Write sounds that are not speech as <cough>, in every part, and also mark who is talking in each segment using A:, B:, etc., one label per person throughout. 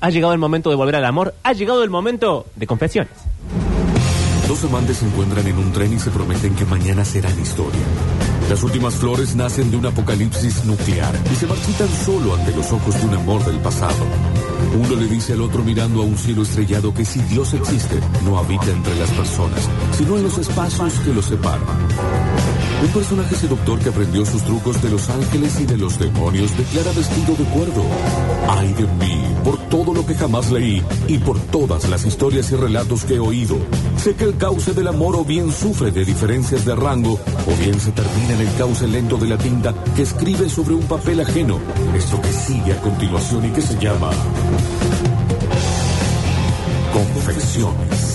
A: Ha llegado el momento de volver al amor. Ha llegado el momento de confesiones.
B: Dos amantes se encuentran en un tren y se prometen que mañana serán historia. Las últimas flores nacen de un apocalipsis nuclear y se marchitan solo ante los ojos de un amor del pasado. Uno le dice al otro mirando a un cielo estrellado que si Dios existe, no habita entre las personas, sino en los espacios que los separan. Un personaje seductor que aprendió sus trucos de los ángeles y de los demonios declara vestido de cuerdo. Ay de mí, por todo lo que jamás leí y por todas las historias y relatos que he oído. Sé que el cauce del amor o bien sufre de diferencias de rango o bien se termina en el cauce lento de la tinta que escribe sobre un papel ajeno. Esto que sigue a continuación y que se llama... Confesiones.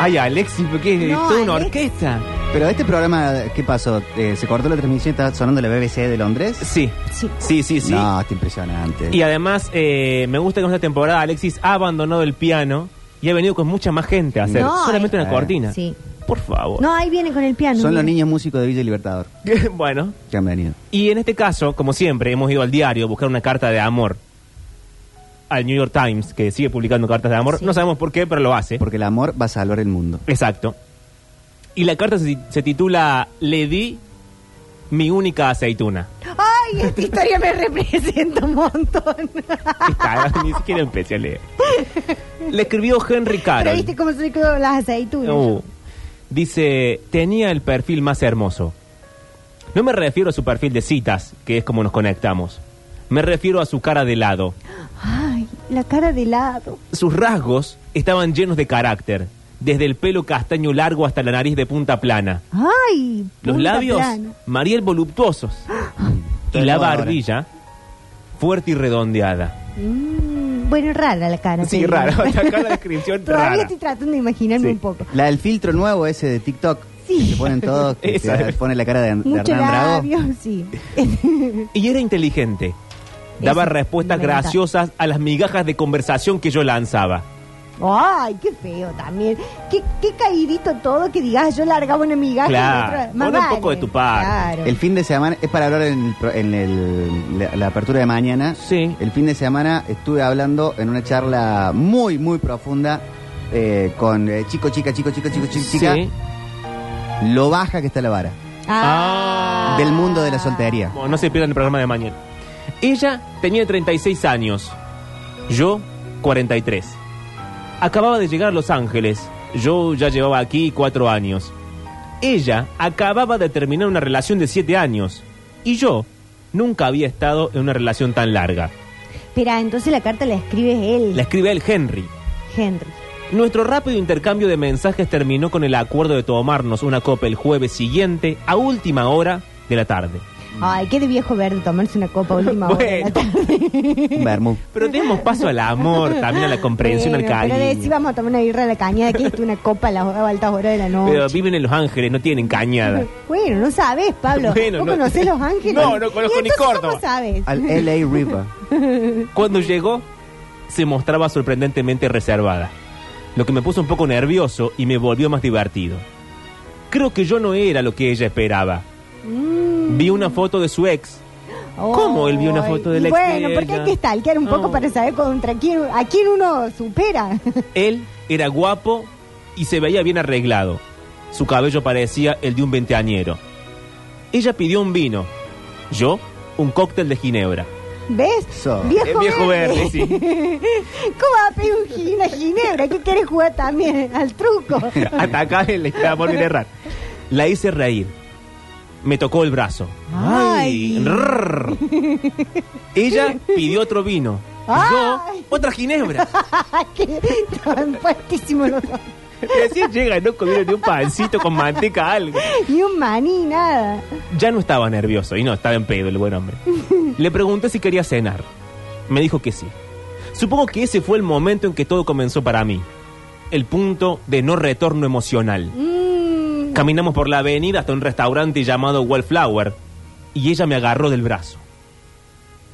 A: Ay, Alexis, ¿qué es
C: No,
A: toda una
C: Alex.
A: orquesta?
D: Pero este programa, ¿qué pasó? Eh, ¿Se cortó la transmisión y está sonando la BBC de Londres?
A: Sí.
C: Sí.
A: Sí, sí, sí.
D: No, está impresionante.
A: Y además, eh, me gusta que en esta temporada Alexis ha abandonado el piano y ha venido con mucha más gente a hacer
C: No, eh.
A: solamente
D: ay.
A: una cortina.
C: Sí.
A: Por favor.
C: No, ahí viene con el piano.
D: Son los
C: mira.
D: niños músicos de Villa Libertador
A: <laughs> bueno,
D: que han venido.
A: y en este caso, como siempre, hemos ido al diario a buscar una carta de amor. Al New York Times, que sigue publicando cartas de amor.
C: Sí.
A: No sabemos por qué, pero lo hace.
D: Porque el amor va a salvar el mundo.
A: Exacto. Y la carta se, se titula Le di mi única
C: <laughs>
A: aceituna.
C: Ay, esta historia me <laughs> representa un montón.
A: Está, ni siquiera empecé a leer. Le escribió Henry
C: Pero
A: Carroll.
C: viste cómo se quedó las aceitunas.
A: Uh, dice, tenía el perfil más hermoso. No me refiero a su perfil de citas, que es como nos conectamos. Me refiero a su cara de lado.
C: Ay, la cara de lado.
A: Sus rasgos estaban llenos de carácter, desde el pelo castaño largo hasta la nariz de punta plana.
C: Ay,
A: Los
C: punta
A: labios,
C: plana.
A: Mariel voluptuosos. Y
D: Todo
A: la
D: el modo ahora.
A: barbilla, fuerte y redondeada.
C: Mm, bueno, rara la cara.
A: Sí,
C: te digo.
A: rara. Acá la descripción,
C: <laughs> Todavía
A: rara.
C: estoy tratando de imaginarme
A: Sí.
C: un poco.
D: La del filtro nuevo ese de TikTok.
C: Sí.
D: Que se ponen todos,
A: <laughs>
D: que
A: Esa.
D: se pone la cara de, de
C: Mucho
D: Hernán Drago.
C: labio, sí.
A: Y era inteligente. Daba
C: Eso,
A: respuestas
C: me encanta.
A: graciosas a las migajas de conversación que yo lanzaba.
C: Ay, qué feo también. Qué, qué caídito todo que digas, yo largaba una migaja. y
A: Claro.
C: otra- Más
A: Pon un poco
C: vale.
A: de tu parte.
C: Claro.
D: El fin de semana, es para hablar en, el pro- en el- la, la apertura de mañana.
A: Sí.
D: El fin de semana estuve hablando en una charla muy, muy profunda eh, con eh, chico, chica, chico, chico, chico, chico, chica.
A: Sí.
D: Lo baja que está la vara.
C: Ah.
D: Del mundo de la soltería.
A: Bueno, no se pierdan el programa de mañana. Ella tenía 36 años. Yo, 43. Acababa de llegar a Los Ángeles. Yo ya llevaba aquí cuatro años. Ella acababa de terminar una relación de siete años. Y yo nunca había estado en una relación tan larga.
C: Espera, entonces la carta la escribe él,
A: La escribe el Henry.
C: Henry.
A: Nuestro rápido intercambio de mensajes terminó con el acuerdo de tomarnos una copa el jueves siguiente a última hora de la tarde.
C: Ay, qué de viejo verde tomarse una copa a última hora. de la
A: Bueno.
C: tarde.
D: Un vermú.
A: Pero demos paso al amor, también a la comprensión,
C: Bueno,
A: al
C: Pero decís,
A: cariño.
C: vamos a tomar una birra a la cañada, que es una copa a las a altas horas de la noche.
A: Pero viven en Los Ángeles, no tienen
C: <laughs>
A: cañada.
C: Bueno, no sabes, Pablo.
A: Bueno,
C: ¿Vos
A: no-
C: conocés Los Ángeles?
A: No, no conozco
C: ¿Y
A: ni
C: entonces
A: Córdoba.
C: ¿Cómo sabes?
D: Al LA River.
A: Cuando llegó, se mostraba sorprendentemente reservada, lo que me puso un poco nervioso y me volvió más divertido. Creo que yo no era lo que ella esperaba. Vi una foto de su ex. ¿Cómo él vio una foto del
C: la
A: ex
C: Bueno,
A: de
C: porque hay
A: ella?
C: que stalkear un poco
A: No.
C: para saber contra quién, a quién uno supera. <laughs>
A: Él era guapo y se veía bien arreglado. Su cabello parecía el de un veinteañero. Ella pidió un vino, yo un cóctel de ginebra.
C: ¿Ves?
D: So.
C: Viejo,
A: Eh, viejo verde, sí.
C: <laughs> ¿Cómo va a pedir un gi- una ginebra? ¿Qué querés jugar también al truco?
A: <laughs> Atacar el amor de errar. La hice reír. Me tocó el brazo.
C: Ay.
A: rrr. Ella pidió otro vino. Yo,
C: Ay.
A: otra ginebra.
C: que estaban puestísimos los dos.
A: Recién llega, no comieron ni un pancito con manteca, algo.
C: Ni un maní, nada.
A: Ya no estaba nervioso y no, estaba en pedo el buen hombre. Le pregunté si quería cenar. Me dijo que sí. Supongo que ese fue el momento en que todo comenzó para mí. El punto de no retorno emocional.
C: Mm,
A: Caminamos por la avenida hasta un restaurante llamado Wallflower y ella me agarró del brazo.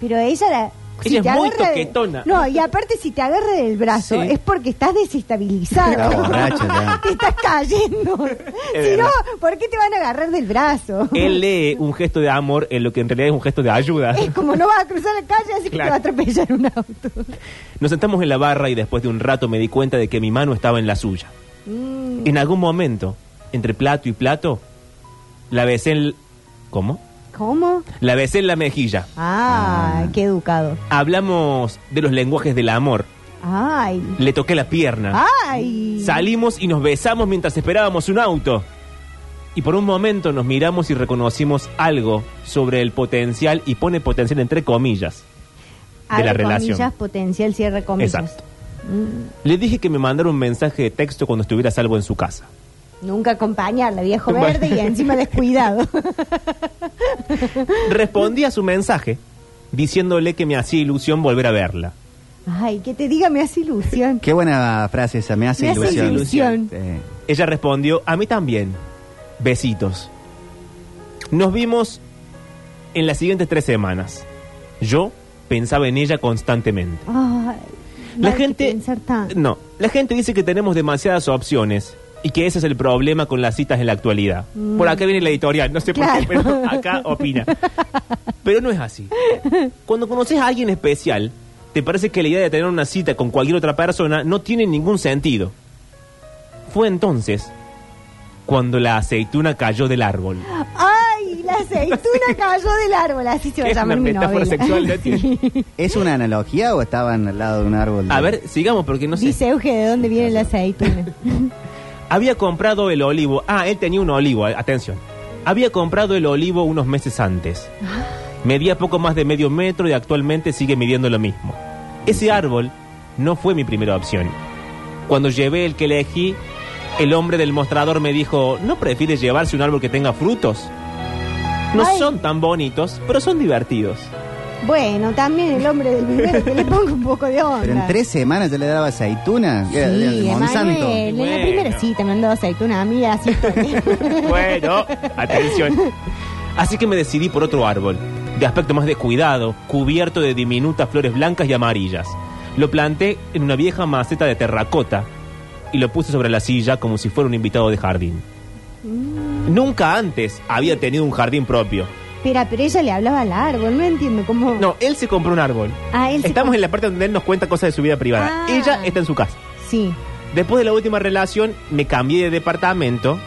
C: pero ella la-
A: Ella es muy
C: agarra de-
A: toquetona.
C: No, y aparte, si te agarra del brazo,
A: Sí.
C: es porque estás desestabilizado.
D: Está borracha ya.
C: Te <laughs> estás cayendo. si no,
A: verdad. Eh.
C: ¿por qué te van a agarrar del brazo?
A: Él lee un gesto de amor en lo que en realidad es un gesto de ayuda.
C: Es como no vas a cruzar la calle, así que te
A: Claro.
C: va a atropellar un auto.
A: Nos sentamos en la barra y después de un rato me di cuenta de que mi mano estaba en la suya.
C: Mm,
A: En algún momento, entre plato y plato, la besé en... l- ¿Cómo?
C: ¿Cómo?
A: La besé en la mejilla.
C: Ah, qué educado.
A: Hablamos de los lenguajes del amor.
C: Ay.
A: Le toqué la pierna.
C: Ay.
A: Salimos y nos besamos mientras esperábamos un auto. Y por un momento nos miramos y reconocimos algo sobre el potencial, y pone potencial entre comillas. la
C: Abre
A: relación.
C: comillas, potencial cierre comillas.
A: Exacto. Le dije que me mandara un mensaje de texto cuando estuviera a salvo en su casa.
C: Nunca
A: <laughs>
C: acompañarla, viejo
A: Bueno.
C: verde y encima descuidado. <laughs>
A: Respondí a su mensaje diciéndole que me hacía ilusión volver a verla.
C: Ay, que te diga me hace ilusión.
D: Qué buena frase esa, me hace
C: Me hace
D: ilusión.
C: ilusión.
D: Sí.
A: Ella respondió, a mí también. Besitos. Nos vimos en las siguientes tres semanas. Yo pensaba en ella constantemente.
C: Ay, no
A: La
C: hay que
A: gente...
C: pensar tanto.
A: No, la gente dice que tenemos demasiadas opciones y que ese es el problema con las citas en la actualidad. Por acá viene la editorial, no sé por qué,
C: Mm. Claro.
A: pero
C: <laughs>
A: acá opina. Pero no es así. Cuando conoces a alguien especial, te parece que la idea de tener una cita con cualquier otra persona no tiene ningún sentido. Fue entonces cuando la aceituna cayó del árbol.
C: Ah, Ay, la aceituna cayó del árbol, así se va a
A: Es una
C: llamar mi
A: metáfora
C: novela.
A: sexual,
C: <laughs>
A: ¿no? Tiene-
D: ¿Es una analogía o estaban al lado de un árbol?
A: A ver, sigamos porque
C: <laughs>
A: no sé.
C: Dice Euge de dónde viene la aceituna.
A: Había comprado el olivo. Ah, él tenía un olivo, eh, atención. Había comprado el olivo unos meses antes. Medía poco más de medio metro y actualmente sigue midiendo lo mismo. Ese árbol no fue mi primera opción. Cuando llevé el que elegí, el hombre del mostrador me dijo, ¿no prefieres llevarse un árbol que tenga frutos? No
C: Ay.
A: son tan bonitos, pero son divertidos.
C: Bueno, también el hombre del vivero, que le pongo un poco de onda.
D: Pero en tres semanas yo le daba aceituna.
C: Sí,
A: eh,
D: Era de Monsanto.
C: Emanuel, en
A: Bueno.
C: la primera cita me han dado aceituna a mí, así fue.
A: Bueno, atención. Así que me decidí por otro árbol, de aspecto más descuidado, cubierto de diminutas flores blancas y amarillas. Lo planté en una vieja maceta de terracota y lo puse sobre la silla como si fuera un invitado de jardín. Nunca antes había tenido un jardín propio.
C: <laughs> Espera, pero ella le hablaba al árbol, no entiendo cómo.
A: No, él se compró un árbol.
C: Ah, él se-
A: Estamos en la parte donde él nos cuenta cosas de su vida privada.
C: Ah.
A: Ella está en su casa.
C: Sí.
A: Después de la última relación, me cambié de departamento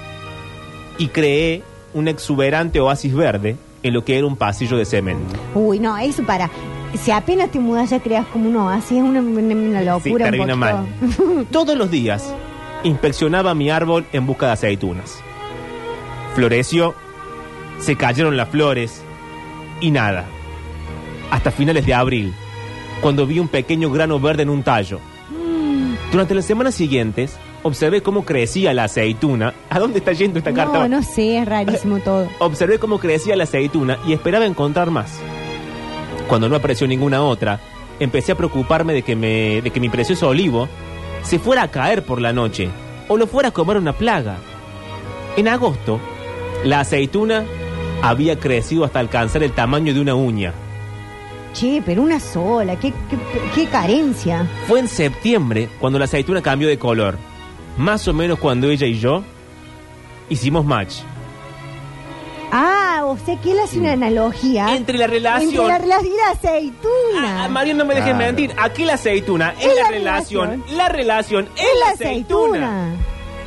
A: y creé un exuberante oasis verde en lo que era un pasillo de cemento.
C: Uy, no, eso para. Si apenas te mudas ya creas como uno así, es una, una- una locura.
A: Sí,
C: un
A: termina
C: poquito.
A: mal.
C: <laughs>
A: Todos los días inspeccionaba mi árbol en busca de aceitunas. Floreció, se cayeron las flores y nada. Hasta finales de abril, cuando vi un pequeño grano verde en un tallo.
C: Mm.
A: Durante las semanas siguientes, observé cómo crecía la aceituna. ¿A dónde está yendo esta carta?
C: No, no sé,
A: <laughs>
C: es rarísimo todo.
A: Observé cómo crecía la aceituna y esperaba encontrar más. Cuando no apareció ninguna otra, empecé a preocuparme de que, me- de que mi precioso olivo se fuera a caer por la noche o lo fuera a comer una plaga. En agosto, la aceituna había crecido hasta alcanzar el tamaño de una uña.
C: Che, pero una sola, qué, qué, qué carencia.
A: Fue en septiembre cuando la aceituna cambió de color. Más o menos cuando ella y yo hicimos match.
C: Ah, o sea que él hace una analogía.
A: Entre la relación...
C: Entre la relación y la aceituna.
A: Ah, Mario, no me dejes
D: Claro.
A: mentir. Aquí la aceituna es, la, relación. La relación es,
C: Es
A: la aceituna.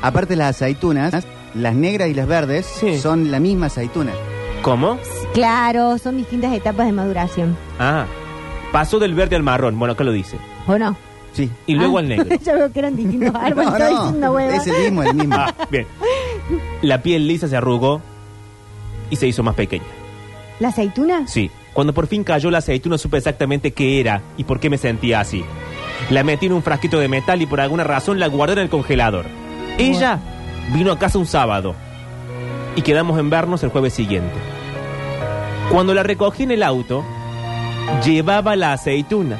D: Aparte las aceitunas, las negras y las verdes
A: Sí.
D: son la misma aceituna.
A: ¿Cómo?
C: Claro, son distintas etapas de maduración.
A: Ah, pasó del verde al marrón. Bueno, acá lo dice.
C: ¿O no?
D: Sí.
A: Y luego
C: Ah,
A: al <laughs>
C: <laughs>
A: negro.
C: Yo veo que eran distintos árboles,
D: <laughs> No,
C: estoy
D: no,
C: diciendo hueva.
D: es el mismo, el mismo.
A: Ah, bien. La piel lisa se arrugó y se hizo más pequeña.
C: ¿La aceituna?
A: Sí. Cuando por fin cayó la aceituna supe exactamente qué era y por qué me sentía así. La metí en un frasquito de metal y por alguna razón la guardé en el congelador. Ella vino a casa un sábado y quedamos en vernos el jueves siguiente. Cuando la recogí en el auto, llevaba la aceituna.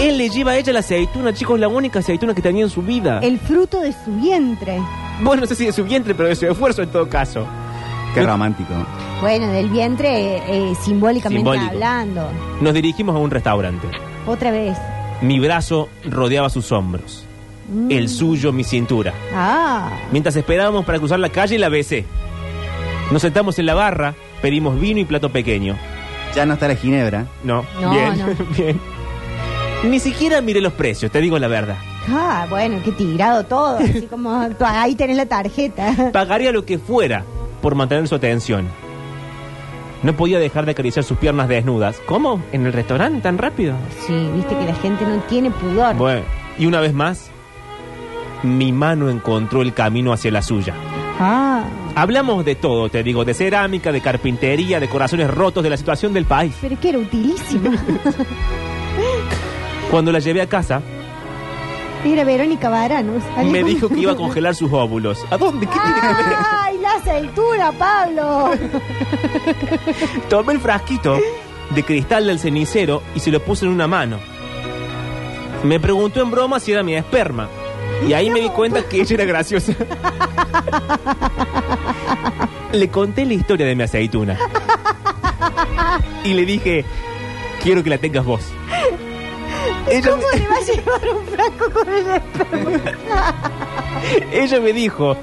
A: Él le lleva a ella la aceituna, chicos, la única aceituna que tenía en su vida.
C: El fruto de su vientre.
A: Bueno, no sé si de su vientre, pero de su esfuerzo en todo caso.
D: Qué romántico.
C: Bueno, del vientre eh, eh, simbólicamente
A: Simbólico.
C: hablando.
A: Nos dirigimos a un restaurante.
C: Otra vez.
A: Mi brazo rodeaba sus hombros.
C: Mm.
A: El suyo, mi cintura.
C: Ah,
A: Mientras esperábamos para cruzar la calle, la besé. Nos sentamos en la barra, pedimos vino y plato pequeño.
D: Ya no está la ginebra.
A: No,
C: No,
A: bien,
C: no.
A: <laughs> bien. Ni siquiera miré los precios, te digo la verdad.
C: ah, bueno, qué tirado
A: <laughs>
C: todo. Así como actúa. ahí tenés la tarjeta.
A: Pagaría lo que fuera por mantener su atención. No podía dejar de acariciar sus piernas desnudas. ¿Cómo? ¿En el restaurante tan rápido?
C: Sí, viste que la gente no tiene pudor.
A: Bueno, y una vez más, mi mano encontró el camino hacia la suya.
C: Ah,
A: Hablamos de todo, te digo, de cerámica, de carpintería, de corazones rotos, de la situación del país.
C: pero que
A: <laughs>
C: era utilísimo.
A: Cuando la llevé a casa,
C: Era Verónica Barano. ¿sabes?
A: me dijo que iba a congelar sus óvulos. ¿A dónde? ¿Qué tiene
C: Ah.
A: que ver?
C: <laughs> ¡Ay, la aceituna, Pablo!
A: Tomé el frasquito de cristal del cenicero y se lo puse en una mano. Me preguntó en broma si era mi esperma. Y ahí me di cuenta que ella era graciosa. le conté la historia de mi aceituna. Y le dije, quiero que la tengas vos. Ella
C: ¿Cómo le va a llevar un frasco con el esperma?
A: Ella me dijo,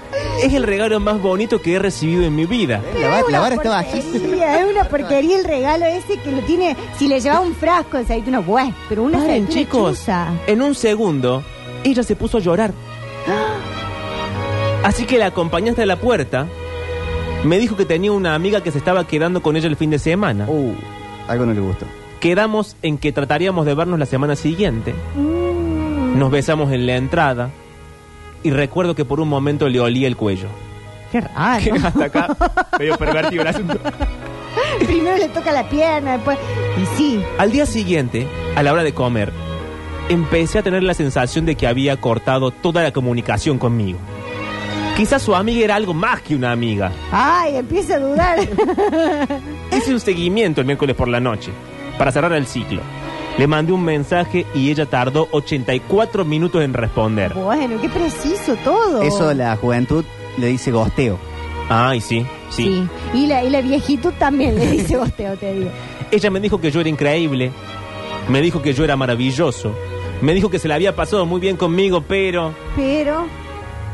A: es el regalo más bonito que he recibido en mi vida.
D: La, va- la vara está bajísima.
C: bajísima. Es una porquería el regalo ese que lo tiene. Si le llevaba un frasco de aceituna, güey, pero una
A: Paren,
C: aceituna
A: chicos.
C: chusa.
A: En un segundo, ella se puso a
C: <gasps>
A: llorar. Así que la acompañé hasta la puerta. Me dijo que tenía una amiga que se estaba quedando con ella el fin de semana.
C: Oh.
D: Uh, algo no le gustó.
A: Quedamos en que trataríamos de vernos la semana siguiente.
C: Mm.
A: Nos besamos en la entrada. Y recuerdo que por un momento le olía el cuello.
C: Qué raro.
A: <laughs> Hasta acá, medio pervertido el asunto.
C: <laughs> Primero le toca la pierna, después. Y sí.
A: Al día siguiente, a la hora de comer, empecé a tener la sensación de que había cortado toda la comunicación conmigo. Quizás su amiga era algo más que una amiga.
C: Ay, empieza a dudar.
A: Hice un seguimiento el miércoles por la noche, para cerrar el ciclo. Le mandé un mensaje y ella tardó 84 minutos en responder.
C: bueno, qué preciso todo.
D: Eso la juventud le dice gosteo.
A: Ay, sí, sí,
C: Sí. Y la, y la viejitud también le dice <laughs> gosteo, te digo.
A: Ella me dijo que yo era increíble, me dijo que yo era maravilloso, me dijo que se la había pasado muy bien conmigo, pero
C: Pero,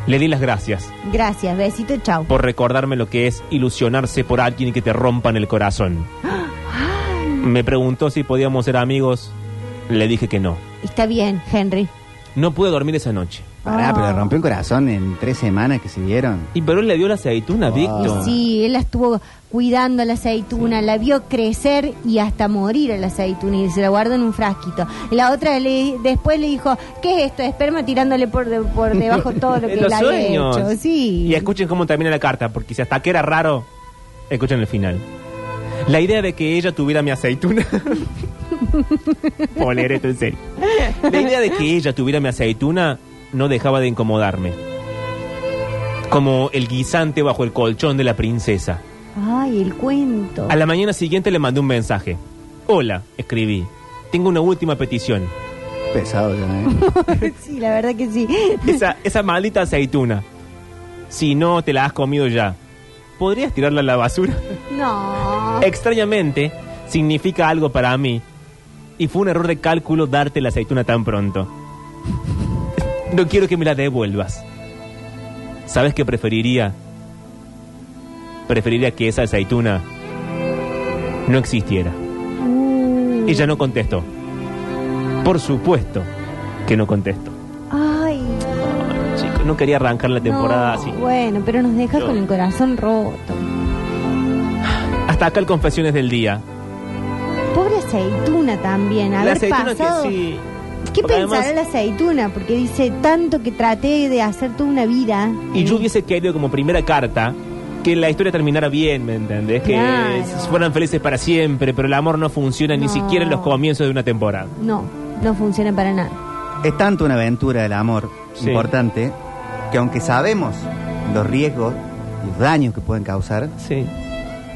A: le di las gracias.
C: gracias, besito, chau.
A: por recordarme lo que es ilusionarse por alguien y que te rompan el corazón. Me preguntó si podíamos ser amigos. Le dije que no.
C: Está bien, Henry.
A: No pude dormir esa noche.
D: Pará,
C: Ah.
D: pero le rompió el corazón en tres semanas que se vieron.
A: Y pero él le dio la aceituna,
D: Wow.
A: Víctor.
D: Ah.
C: Sí, él la estuvo cuidando a la aceituna, la vio crecer y hasta morir a la aceituna y se la guardó en un frasquito. La otra le- después le dijo, ¿qué es esto? Esperma tirándole por, de- por debajo todo
A: <laughs>
C: lo que
A: Los
C: la había
A: sueños.
C: hecho. Sí.
A: Y escuchen cómo termina la carta, porque si hasta que era raro, escuchen el final. La idea de que ella tuviera mi aceituna. <laughs> Voy a leer esto en serio. La idea de que ella tuviera mi aceituna no dejaba de incomodarme. Como el guisante bajo el colchón de la princesa.
C: Ay, el cuento.
A: A la mañana siguiente le mandé un mensaje. Hola, escribí. Tengo una última petición.
D: Pesado ya, ¿eh?
A: <laughs>
C: sí, la verdad que sí.
A: Esa, esa maldita aceituna. Si no te la has comido ya, ¿podrías tirarla a la basura?
C: No.
A: Extrañamente, significa algo para mí. Y fue un error de cálculo darte la aceituna tan pronto. No quiero que me la devuelvas. ¿Sabes qué preferiría? Preferiría que esa aceituna no existiera.
C: Mm.
A: Ella no contestó. Por supuesto que no contestó.
C: Ay.
A: Chicos, no quería arrancar la temporada
C: no.
A: así.
C: Bueno, pero nos deja
A: Yo-
C: con el corazón roto.
A: Hasta acá el Confesiones del Día.
C: Pobre aceituna también.
A: la
C: Haber
A: aceituna
C: pasado...
A: que sí.
C: ¿Qué
A: Porque
C: pensará
A: además-
C: la aceituna? Porque dice tanto que traté de hacer toda una vida.
A: Y yo hubiese querido como primera carta que la historia terminara bien, ¿me entendés? Que
C: Claro.
A: s- fueran felices para siempre, pero el amor no funciona ni
C: No.
A: siquiera en los comienzos de una temporada.
C: No, no funciona para nada.
D: Es tanto una aventura del amor
A: Sí.
D: importante que aunque sabemos los riesgos y los daños que pueden causar,
A: Sí.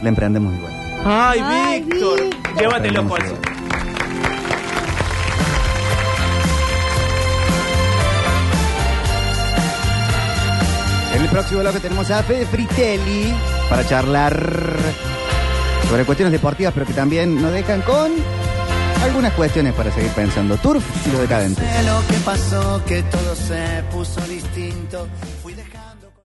D: la emprendemos igual.
A: ¡Ay,
C: Ay,
A: Víctor!
C: Víctor.
A: Llévatelo,
D: Emprendemos
A: Juanse.
D: igual. En el próximo bloque tenemos a Fede Fritelli para charlar sobre cuestiones deportivas, pero que también nos dejan con algunas cuestiones para seguir pensando. Turf y los decadentes.
E: Sé lo que pasó, que todo se puso distinto. Fui dejando.